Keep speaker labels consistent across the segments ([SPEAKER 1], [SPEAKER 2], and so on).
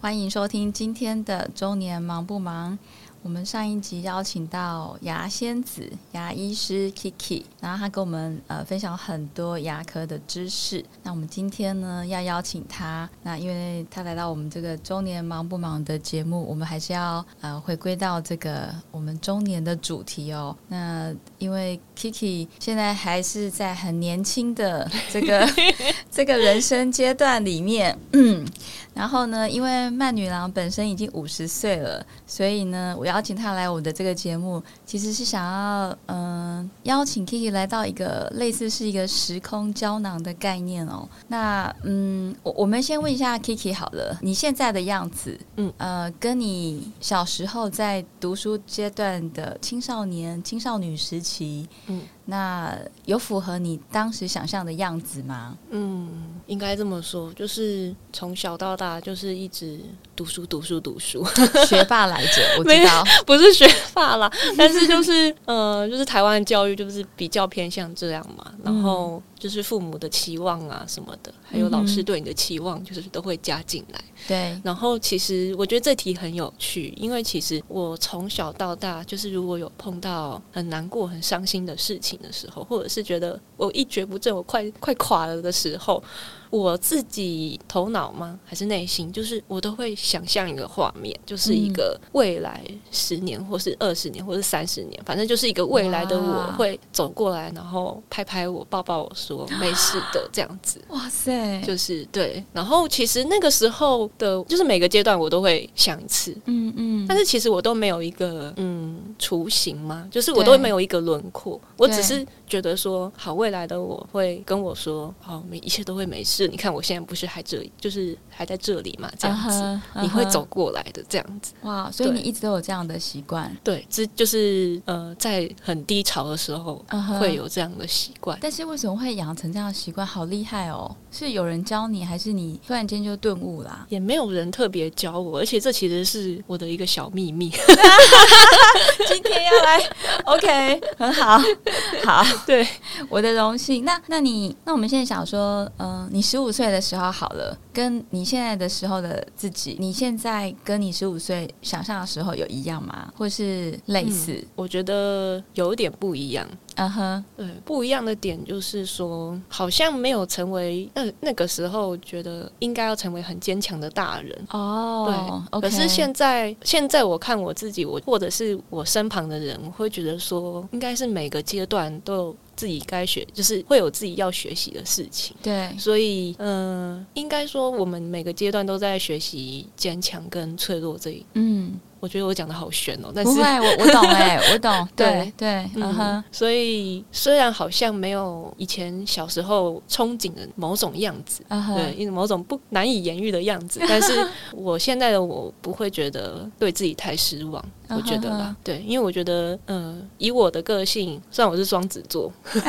[SPEAKER 1] 欢迎收听今天的周年忙不忙？我们上一集邀请到牙仙子牙医师 Kiki，然后他跟我们呃分享很多牙科的知识。那我们今天呢要邀请他，那因为他来到我们这个周年忙不忙的节目，我们还是要呃回归到这个我们周年的主题哦。那因为 Kiki 现在还是在很年轻的这个 这个人生阶段里面，嗯，然后呢，因为曼女郎本身已经五十岁了，所以呢，我邀请她来我的这个节目，其实是想要嗯、呃邀请 Kiki 来到一个类似是一个时空胶囊的概念哦。那嗯，我我们先问一下 Kiki 好了，你现在的样子，嗯
[SPEAKER 2] 嗯
[SPEAKER 1] 呃，跟你小时候在读书阶段的青少年、青少女时期，嗯
[SPEAKER 2] 嗯，
[SPEAKER 1] 那有符合你当时想象的样子 吗？
[SPEAKER 2] 嗯，应该这么说，就是从小到大就是一直读书、读书、读书，
[SPEAKER 1] 学霸来着，我
[SPEAKER 2] 没
[SPEAKER 1] 知
[SPEAKER 2] 有
[SPEAKER 1] 道。
[SPEAKER 2] 不是学霸啦，但是就是呃，就是台湾教育就是比较偏向这样嘛，
[SPEAKER 1] 嗯
[SPEAKER 2] 然后就是父母的期望啊什么的，还有老
[SPEAKER 1] 嗯
[SPEAKER 2] 师
[SPEAKER 1] 哼
[SPEAKER 2] 对你的期望，就是都会加进来。
[SPEAKER 1] 对，
[SPEAKER 2] 然后其实我觉得这题很有趣，因为其实我从小到大，就是如果有碰到很难过、很伤心的事情的时候，或者是觉得我一蹶不振、我快快垮了的时候，我自己头脑吗？还是内心？就是我都会想象一个画面，就是一个未来十年，或是二十年，或是三十年，反正就是一个未来的
[SPEAKER 1] 哇
[SPEAKER 2] 我会走过来，然后拍拍我、抱抱我说没事的这样子。
[SPEAKER 1] 哇塞，
[SPEAKER 2] 就是对，然后其实那个时候的，就是每个阶段我都会想一次，
[SPEAKER 1] 嗯嗯，
[SPEAKER 2] 但
[SPEAKER 1] 是
[SPEAKER 2] 是其实我都没有一个嗯雏形嘛，就是我都没有一个轮廓，我只是觉得说，好未来的我会跟我说，好，每一切都会没事。你看我现在不是还这里，就是还在这里嘛，这
[SPEAKER 1] 嗯
[SPEAKER 2] 样子，你会走过来的，这样子。
[SPEAKER 1] 哇，所以
[SPEAKER 2] 对
[SPEAKER 1] 你一直都有这样的习惯，
[SPEAKER 2] 对，这就是呃，在很低潮的时候
[SPEAKER 1] 嗯哼
[SPEAKER 2] 会。有这样的习惯。
[SPEAKER 1] 但是为什么会养成这样的习惯？好厉害哦！是有人教你，还是你突然间就顿悟啦？
[SPEAKER 2] 也没有人特别教我，而且这其实是我的一个小秘密。
[SPEAKER 1] 今天要来 ，OK，很好，好，
[SPEAKER 2] 对，
[SPEAKER 1] 我的荣幸。那那你，那我们现在想说，嗯、你十五岁的时候好了，跟你现在的时候的自己，你现在跟你十五岁想象的时候有一样吗？或是类似？
[SPEAKER 2] 我觉得有一点不一样。
[SPEAKER 1] 嗯哼，
[SPEAKER 2] 对，不一样的点就是说，好像没有成为那那个时候觉得应该要成为很坚强的大人。
[SPEAKER 1] 哦，
[SPEAKER 2] 对
[SPEAKER 1] o k
[SPEAKER 2] 可是现在现在我看我自己，我或者是我身旁的人，我会觉得说，应该是每个阶段都有自己该学，就是会有自己要学习的事情。
[SPEAKER 1] 对，
[SPEAKER 2] 所以，嗯、应该说我们每个阶段都在学习坚强跟脆弱这一。
[SPEAKER 1] 嗯，
[SPEAKER 2] 我觉得我讲的好玄哦，但
[SPEAKER 1] 不
[SPEAKER 2] 是
[SPEAKER 1] 会，我我懂哎、 我懂，对
[SPEAKER 2] 对
[SPEAKER 1] 对，嗯哼，
[SPEAKER 2] 所以虽然好像没有以前小时候憧憬的某种样子，
[SPEAKER 1] 嗯
[SPEAKER 2] 对，
[SPEAKER 1] 哼，
[SPEAKER 2] 因为某种不难以言喻的样 子，但是我现在的我不会觉得对自己太失望，
[SPEAKER 1] 嗯
[SPEAKER 2] 我觉得
[SPEAKER 1] 哼哼
[SPEAKER 2] 啦，对，因为我觉得，嗯、以我的个性，虽然我是双子 座，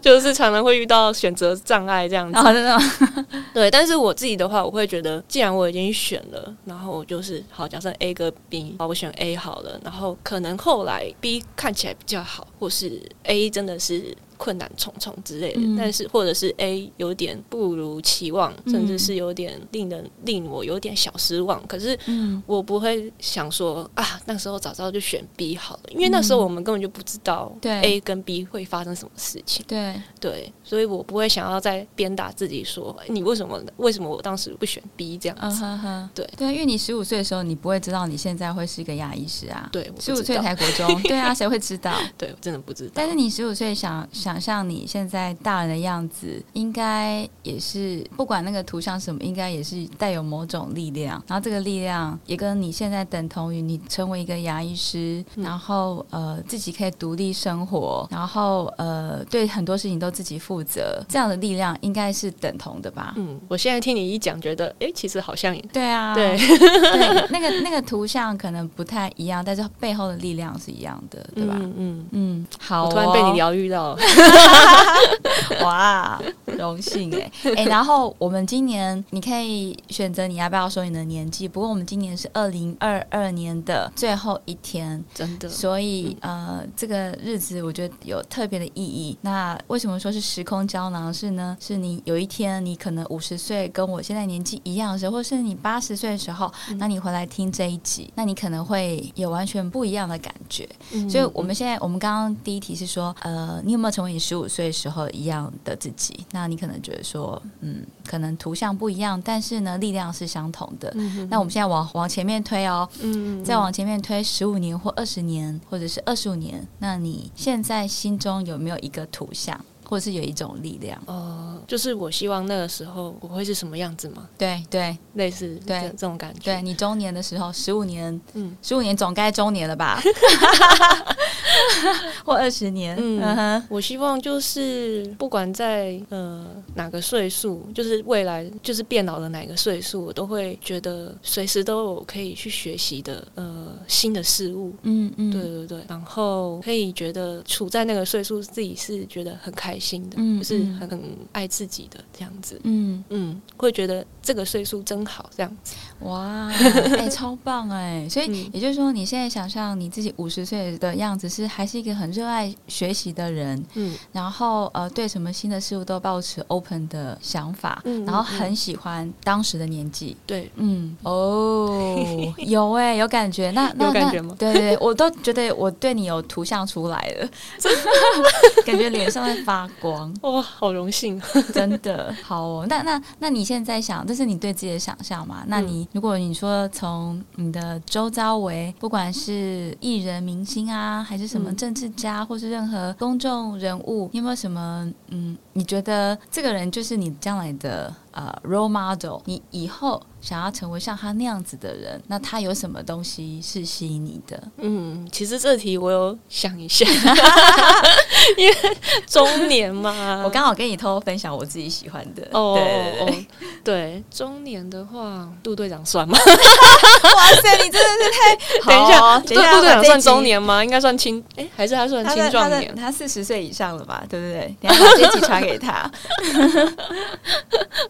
[SPEAKER 2] 就是常常会遇到选择障碍这样子
[SPEAKER 1] 然，后那种
[SPEAKER 2] 对，但是我自己的话，我会觉得，既然我已经选了，然后我就是好，假设 A 跟 B，好，我选 A 好了，然后可能后来 B 看起来比较好，或是 A 真的是困难重重之类的，
[SPEAKER 1] 嗯
[SPEAKER 2] 但是或者是 A 有点不如期望，
[SPEAKER 1] 嗯
[SPEAKER 2] 甚至是有点令人令我有点小失望，可是。
[SPEAKER 1] 嗯，
[SPEAKER 2] 我不会想说啊，那时候早知道就选 B 好了，因为那时候我们根本就不知道
[SPEAKER 1] 嗯对
[SPEAKER 2] A 跟 B 会发生什么事情。
[SPEAKER 1] 对，
[SPEAKER 2] 对，所以我不会想要再鞭打自己说哎你为什么为什么我当时不选 B 这样
[SPEAKER 1] 嗯
[SPEAKER 2] 子。
[SPEAKER 1] 哼哼，
[SPEAKER 2] 对
[SPEAKER 1] 对，因为你十五岁的时候，你不会知道你现在会是一个牙医师啊，
[SPEAKER 2] 对，我不
[SPEAKER 1] 十五
[SPEAKER 2] 知
[SPEAKER 1] 岁
[SPEAKER 2] 道
[SPEAKER 1] 才国中，对啊，谁会知道？
[SPEAKER 2] 对，我真的不知道。
[SPEAKER 1] 但是你十五岁想想象你现在大人的样子，应该也是不管那个图像是什么，应该也是带有某种力量。然后这个力量也跟你现在等同于你成为一个牙医师，
[SPEAKER 2] 嗯
[SPEAKER 1] 然后呃自己可以独立生活，然后呃对很多事情都自己负责，这样的力量应该是等同的吧？
[SPEAKER 2] 嗯，我现在听你一讲，觉得哎、其实好像也
[SPEAKER 1] 对啊，
[SPEAKER 2] 对
[SPEAKER 1] 对，那个那个图像可能不太一样，但是背后的力量是一样的，对吧？
[SPEAKER 2] 嗯嗯，
[SPEAKER 1] 嗯，好、哦，
[SPEAKER 2] 我突然被你疗愈到了。
[SPEAKER 1] 哇，荣幸哎、欸、哎、然后我们今年你可以选择你要不要说你的年纪，不过我们今年是二零二二年的最后一天，
[SPEAKER 2] 真的
[SPEAKER 1] 所以呃，这个日子我觉得有特别的意义。那为什么说是时空胶囊？是呢，是你有一天你可能五十岁跟我现在年纪一样的时候，或是你八十岁的时候，那你回来听这一集，那你可能会有完全不一样的感觉。
[SPEAKER 2] 嗯
[SPEAKER 1] 所以我们现在，我们刚刚第一题是说，呃，你有没有成为你十五岁时候一样的自己？那你可能觉得说，嗯，可能图像不一样，但是呢，力量是相同的。
[SPEAKER 2] 嗯
[SPEAKER 1] 那我们现在往往前面推哦，
[SPEAKER 2] 嗯
[SPEAKER 1] 再往前面推十五年或二十年，或者是二十五年，那你现在心中有没有一个图像，或者是有一种力量？
[SPEAKER 2] 呃，就是我希望那个时候我会是什么样子嘛，
[SPEAKER 1] 对对
[SPEAKER 2] 类似
[SPEAKER 1] 对
[SPEAKER 2] 这这种感觉。
[SPEAKER 1] 对，你中年的时候，十五年，
[SPEAKER 2] 嗯，
[SPEAKER 1] 十五年总该中年了 吧？或二十年，
[SPEAKER 2] 嗯
[SPEAKER 1] 嗯哼，
[SPEAKER 2] 我希望就是不管在呃哪个岁数，就是未来就是变老的哪个岁数，我都会觉得随时都有可以去学习的呃新的事物。
[SPEAKER 1] 嗯嗯，
[SPEAKER 2] 对对对，然后可以觉得处在那个岁数，自己是觉得很开心的，
[SPEAKER 1] 嗯
[SPEAKER 2] 就是
[SPEAKER 1] 嗯
[SPEAKER 2] 很很爱自己的这样子。
[SPEAKER 1] 嗯，
[SPEAKER 2] 嗯，会觉得这个岁数真好，这样子。
[SPEAKER 1] 哇， 哎、超棒哎！所以
[SPEAKER 2] 嗯
[SPEAKER 1] 也就是说，你现在想象你自己五十岁的样子是还是一个很热爱学习的人，
[SPEAKER 2] 嗯
[SPEAKER 1] 然后呃，对什么新的事物都保持 open 的想法，
[SPEAKER 2] 嗯嗯
[SPEAKER 1] 然后很喜欢当时的年纪。
[SPEAKER 2] 对，
[SPEAKER 1] 嗯，哦，有哎、有感觉。 那那
[SPEAKER 2] 有感
[SPEAKER 1] 那
[SPEAKER 2] 觉吗
[SPEAKER 1] 对对，对我都觉得我对你有图像出来 了， 感觉脸上在发光，
[SPEAKER 2] 哇、好荣幸啊。
[SPEAKER 1] 真的好哦。那那那你现在想，这是你对自己的想象嘛？那你、如果你说从你的周遭为，不管是艺人、明星啊，还是什么
[SPEAKER 2] 嗯
[SPEAKER 1] 政治家，或是任何公众人物，你有没有什么嗯，你觉得这个人就是你将来的呃 role model？你以后想要成为像他那样子的人，那他有什么东西是吸引你的？
[SPEAKER 2] 嗯，其实这题我有想一 下，因为中年嘛，
[SPEAKER 1] 我刚好跟你偷偷分享我自己喜欢的
[SPEAKER 2] 哦
[SPEAKER 1] 对对对
[SPEAKER 2] 哦哦对中年的话，杜队长算吗？
[SPEAKER 1] 哇塞，你真的是太……
[SPEAKER 2] 等一 下，
[SPEAKER 1] 好
[SPEAKER 2] 杜
[SPEAKER 1] 等一下，
[SPEAKER 2] 杜队
[SPEAKER 1] 哦啊
[SPEAKER 2] 长
[SPEAKER 1] 我这一
[SPEAKER 2] 算
[SPEAKER 1] 集
[SPEAKER 2] 中。年吗？应该算青，哎、还是他算
[SPEAKER 1] 他
[SPEAKER 2] 青
[SPEAKER 1] 在
[SPEAKER 2] 壮
[SPEAKER 1] 他在
[SPEAKER 2] 年？
[SPEAKER 1] 他四十岁以上了吧，对不对？等一下把这一集传给 他。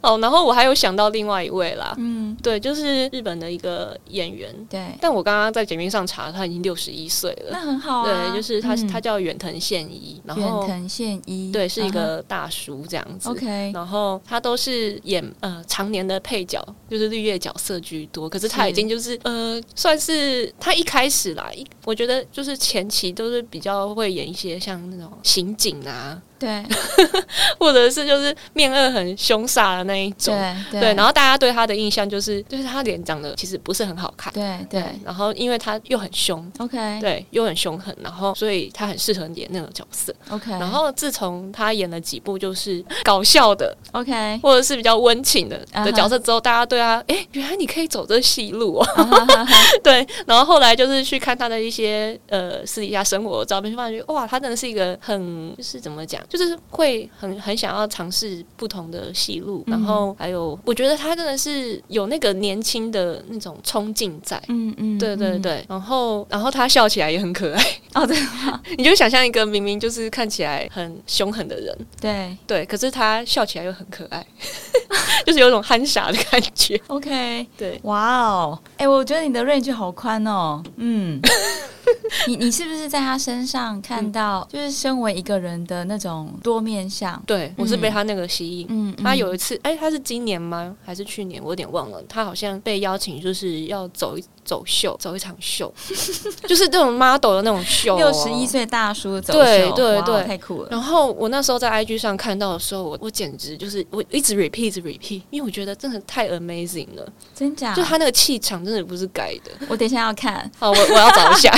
[SPEAKER 2] 哦，然后我还有想到另外一位啦，
[SPEAKER 1] 嗯，
[SPEAKER 2] 对，就是日本的一个演员，
[SPEAKER 1] 对，
[SPEAKER 2] 但我刚刚在简历上查，他已经六十一岁
[SPEAKER 1] 那
[SPEAKER 2] 了。
[SPEAKER 1] 很好啊。
[SPEAKER 2] 对，就是他，
[SPEAKER 1] 嗯
[SPEAKER 2] 他叫远藤宪一，然
[SPEAKER 1] 远
[SPEAKER 2] 后
[SPEAKER 1] 藤宪一，
[SPEAKER 2] 对是一
[SPEAKER 1] 嗯
[SPEAKER 2] 个大叔这样子。
[SPEAKER 1] 哼 OK，
[SPEAKER 2] 然后他都是演呃常年的配角，就是绿叶角色居多。可是他
[SPEAKER 1] 是
[SPEAKER 2] 已经就是呃，算是他一开始啦，一我觉得就是前期都是比较会演一些像那种刑警啊，
[SPEAKER 1] 对
[SPEAKER 2] 或者是就是面恶很凶煞的那一种。
[SPEAKER 1] 对对
[SPEAKER 2] 然后大家对他的印象就是，就是他脸长得其实不是很好看，
[SPEAKER 1] 对对
[SPEAKER 2] 然后因为他又很凶，
[SPEAKER 1] ，OK
[SPEAKER 2] 对，又很凶狠，然后所以他很适合演那种角色。
[SPEAKER 1] OK，
[SPEAKER 2] 然后自从他演了几部就是搞笑的，
[SPEAKER 1] OK，
[SPEAKER 2] 或者是比较温情的
[SPEAKER 1] 啊哈
[SPEAKER 2] 的角色之后，大家对他，哎、原来你可以走这戏路哦。
[SPEAKER 1] 啊哈哈哈
[SPEAKER 2] 对，然后后来就是去看他的一些呃私底下生活的照片，就发觉哇，他真的是一个很就是怎么讲，就是会很很想要尝试不同的戏路，
[SPEAKER 1] 嗯
[SPEAKER 2] 然后还有我觉得他真的是有那个年轻的那种冲劲在。
[SPEAKER 1] 嗯嗯，
[SPEAKER 2] 对对
[SPEAKER 1] 嗯，
[SPEAKER 2] 对，然后然后他笑起来也很可爱，
[SPEAKER 1] 哦对
[SPEAKER 2] 你就想象一个明明就是看起来很凶狠的人，
[SPEAKER 1] 对
[SPEAKER 2] 对，可是他笑起来又很可爱， 就是有一种憨傻的感觉。
[SPEAKER 1] ，OK，
[SPEAKER 2] 对，
[SPEAKER 1] 哇哦，哎，我觉得你的 range 好宽哦， 嗯，你你是不是在他身上看到，就是身为一个人的那种多面相？
[SPEAKER 2] 对我是被他那个吸引。
[SPEAKER 1] 嗯，
[SPEAKER 2] 他
[SPEAKER 1] 嗯
[SPEAKER 2] 有一次，哎、他是今年吗？还是去年？我有点忘了。他好像被邀请，就是要走一走秀，走一场 秀，就是那种 model 的那种秀、
[SPEAKER 1] 六十一。岁大叔走秀，
[SPEAKER 2] 对对
[SPEAKER 1] 哇
[SPEAKER 2] 对
[SPEAKER 1] 太酷了。
[SPEAKER 2] 然后我那时候在 IG 上看到的时候，我我简直就是我一直 repeat 一直 repeat，因为我觉得真的太 amazing 了，
[SPEAKER 1] 真假？
[SPEAKER 2] 就他那个气场真的不是改的。
[SPEAKER 1] 我等一下要看。
[SPEAKER 2] 好，我我要找一 下。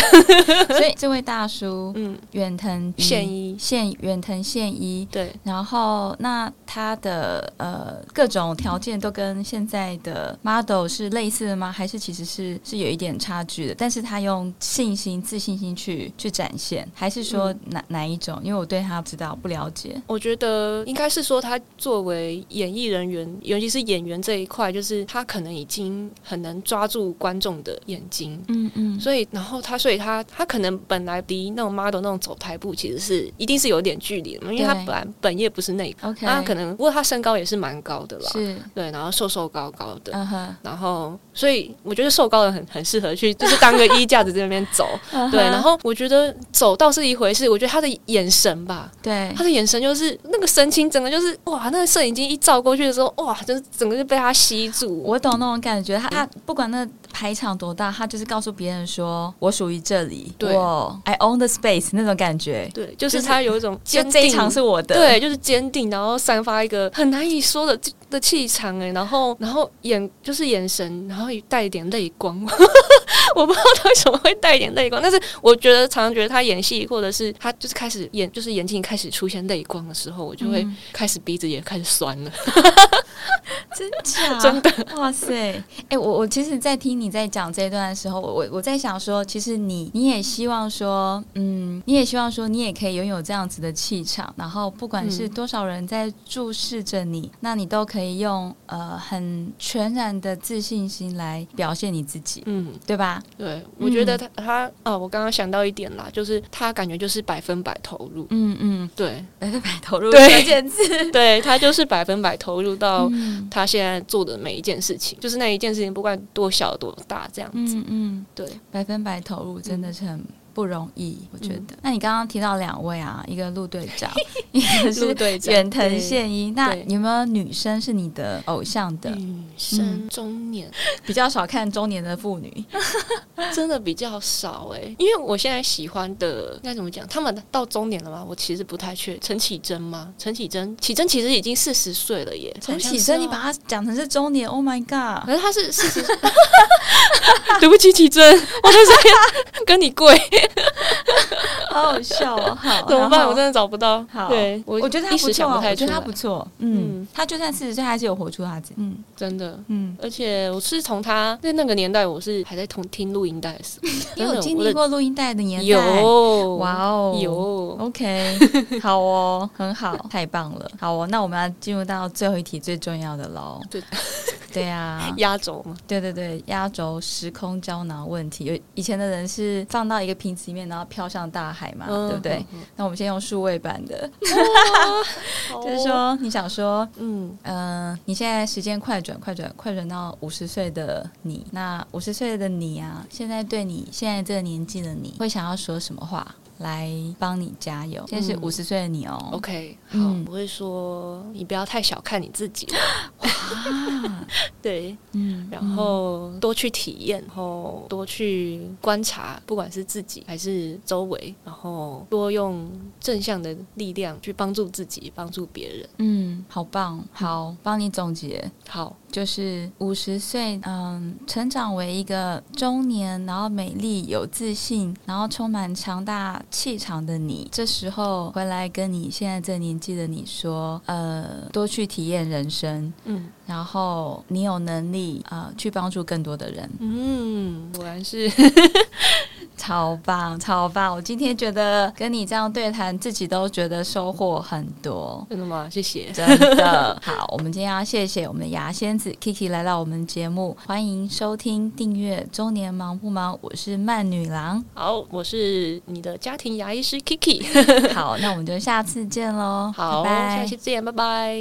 [SPEAKER 1] 所以这位大 叔
[SPEAKER 2] 嗯，
[SPEAKER 1] 远藤
[SPEAKER 2] 现一，
[SPEAKER 1] 现远藤宪一，
[SPEAKER 2] 对，
[SPEAKER 1] 然后那他的呃各种条件都跟现在的 model 是类似的吗？还是其实是是有一点差距的？但是他用信心、自信心去去展现，还是说
[SPEAKER 2] 嗯
[SPEAKER 1] 哪、哪一种？因为我对他不知道不了解。
[SPEAKER 2] 我觉得应该是说，他作为演艺人员，尤其是演员这一块，就是他可能已经很能抓住观众的眼睛，
[SPEAKER 1] 嗯嗯
[SPEAKER 2] 所以然后他，所以他他可能本来离那种 model 那种走台步其实是一定是有点距离的嘛，因为他
[SPEAKER 1] 对
[SPEAKER 2] 本来本业不是那一科，
[SPEAKER 1] OK，
[SPEAKER 2] 那他啊可能不过他身高也是蛮高的啦，
[SPEAKER 1] 是，
[SPEAKER 2] 对，然后瘦瘦高高的，
[SPEAKER 1] 嗯哼，
[SPEAKER 2] 然后，所以我觉得瘦高的很很适合 去，就是当个衣架子在那边走。
[SPEAKER 1] 嗯
[SPEAKER 2] 对，然后我觉得走倒是一回事，我觉得他的眼神吧，
[SPEAKER 1] 对
[SPEAKER 2] 他，的眼神就是那个神情，整个就是哇，那个摄影机一照过去的时候，哇，就是整个就被他吸住。
[SPEAKER 1] 我懂那种感觉。
[SPEAKER 2] 嗯
[SPEAKER 1] 他他不管那排场多大，他就是告诉别人说我属于这里，
[SPEAKER 2] 对
[SPEAKER 1] 我 I own the space 那种感觉。
[SPEAKER 2] 对，就是
[SPEAKER 1] 就是
[SPEAKER 2] 他有一种
[SPEAKER 1] 就
[SPEAKER 2] 坚定，
[SPEAKER 1] 这一场是我的，
[SPEAKER 2] 对，就是坚定，然后散发一个很难以说的的气场哎，然后然后眼就是眼神，然后也带一点泪光， 我不知道他为什么会带一点泪光，但是我觉得常常觉得他演戏或者是他就是开始眼就是眼睛开始出现泪光的时候，我就会
[SPEAKER 1] 嗯
[SPEAKER 2] 开始鼻子也开始酸了，
[SPEAKER 1] 真假？
[SPEAKER 2] 真
[SPEAKER 1] 的？哇塞！哎、我我其实，在听你在讲这一段的时候，我我我在想说，其实你你也希望说，嗯，你也希望说，你也可以拥有这样子的气场，然后不管是
[SPEAKER 2] 嗯
[SPEAKER 1] 多少人在注视着你，那你都可以用呃很全然的自信心来表现你自己，
[SPEAKER 2] 嗯。
[SPEAKER 1] 对吧？
[SPEAKER 2] 对，我觉
[SPEAKER 1] 嗯
[SPEAKER 2] 得他、他啊，我刚刚想到一点啦，就是他感觉就是百分百投入，
[SPEAKER 1] 嗯嗯，
[SPEAKER 2] 对
[SPEAKER 1] 百分百投入
[SPEAKER 2] 对
[SPEAKER 1] 关键字。
[SPEAKER 2] 对，他就是百分百投入到
[SPEAKER 1] 嗯
[SPEAKER 2] 他现在做的每一件事情，就是那一件事情，不管多小多大，这样子。
[SPEAKER 1] 嗯嗯，
[SPEAKER 2] 对，
[SPEAKER 1] 百分百投入真的
[SPEAKER 2] 嗯
[SPEAKER 1] 是很不容易，我觉得。那你刚刚提到两位啊，一个陆队 长，一个
[SPEAKER 2] 陆
[SPEAKER 1] 是
[SPEAKER 2] 队长
[SPEAKER 1] 远藤宪一。那
[SPEAKER 2] 对
[SPEAKER 1] 有没有女生是你的偶像
[SPEAKER 2] 对
[SPEAKER 1] 的？
[SPEAKER 2] 女生中年、
[SPEAKER 1] 比较少看中年的妇女。
[SPEAKER 2] 真的比较少哎、因为我现在喜欢的该怎么讲？他们到中年了吗？我其实不太确。陈绮贞吗？陈绮贞，绮贞其实已经四十岁了耶。
[SPEAKER 1] 陈
[SPEAKER 2] 好像
[SPEAKER 1] 绮
[SPEAKER 2] 是
[SPEAKER 1] 贞，
[SPEAKER 2] 哦
[SPEAKER 1] 你把她讲成是中年，Oh my
[SPEAKER 2] 可
[SPEAKER 1] god！
[SPEAKER 2] 是她是四十，对不起，绮贞， 我就是跟你 跪，
[SPEAKER 1] 好好笑哦，好，
[SPEAKER 2] 怎么办？
[SPEAKER 1] 然后
[SPEAKER 2] 我真的找不到。
[SPEAKER 1] 好，
[SPEAKER 2] 对
[SPEAKER 1] 我觉得她
[SPEAKER 2] 一
[SPEAKER 1] 不错，
[SPEAKER 2] 时
[SPEAKER 1] 啊
[SPEAKER 2] 想不啊太
[SPEAKER 1] 我
[SPEAKER 2] 出
[SPEAKER 1] 觉得
[SPEAKER 2] 来
[SPEAKER 1] 她，不错，嗯
[SPEAKER 2] 嗯，
[SPEAKER 1] 她就算四十岁，她还是有活出她自己，嗯
[SPEAKER 2] 真的。
[SPEAKER 1] 嗯。
[SPEAKER 2] 而且我是从他在那个年代，我是还在同听录音带的时候，
[SPEAKER 1] 你
[SPEAKER 2] 真
[SPEAKER 1] 有
[SPEAKER 2] 的
[SPEAKER 1] 经
[SPEAKER 2] 我
[SPEAKER 1] 历
[SPEAKER 2] 的
[SPEAKER 1] 过录音带的年代？
[SPEAKER 2] 有
[SPEAKER 1] 哇哦，
[SPEAKER 2] 有
[SPEAKER 1] OK，好哦，很好，太棒了，好哦。那我们要进入到最后一题最重要的 喽。
[SPEAKER 2] 对，
[SPEAKER 1] 对啊，
[SPEAKER 2] 压轴嘛，
[SPEAKER 1] 对对对，压轴时空胶囊问题，有以前的人是放到一个瓶子里面，然后飘向大海嘛，
[SPEAKER 2] 嗯
[SPEAKER 1] 对不对？？那我们先用数位版的，
[SPEAKER 2] 就
[SPEAKER 1] 就是，说你想说。
[SPEAKER 2] 哦嗯
[SPEAKER 1] 嗯、你现在时间快转，快转，快转到五十岁的你。那五十岁的你啊，现在对你现在这个年纪的你，会想要说什么话来帮你加油？现在是
[SPEAKER 2] 嗯
[SPEAKER 1] 五十岁的你哦，
[SPEAKER 2] ，OK，好
[SPEAKER 1] 嗯，
[SPEAKER 2] 我会说你不要太小看你自己，
[SPEAKER 1] 啊
[SPEAKER 2] 对，
[SPEAKER 1] 嗯
[SPEAKER 2] 然后多去体验，然后多去观察，不管是自己还是周围，然后多用正向的力量去帮助自己，帮助别人。
[SPEAKER 1] 嗯，好棒，好，帮你总结。
[SPEAKER 2] 好，
[SPEAKER 1] 就是五十岁，嗯，成长为一个中年，然后美丽、有自信，然后充满强大气场的你，这时候回来跟你现在这年纪的你说，呃，多去体验人生，
[SPEAKER 2] 嗯
[SPEAKER 1] 然后你有能力呃去帮助更多的人，
[SPEAKER 2] 嗯，果然是
[SPEAKER 1] 超棒，超棒！我今天觉得跟你这样对谈，自己都觉得收获很多。
[SPEAKER 2] 真的吗？谢谢。
[SPEAKER 1] 真的 好，我们今天要谢谢我们的牙仙子 Kiki 来到我们节目，欢迎收听订阅《中年忙不忙》，我是慢女 郎。
[SPEAKER 2] 好，我是你的家庭 牙医师 Kiki。
[SPEAKER 1] 好，那我们就下次见喽，
[SPEAKER 2] 好，
[SPEAKER 1] 拜拜
[SPEAKER 2] 下期见，拜拜。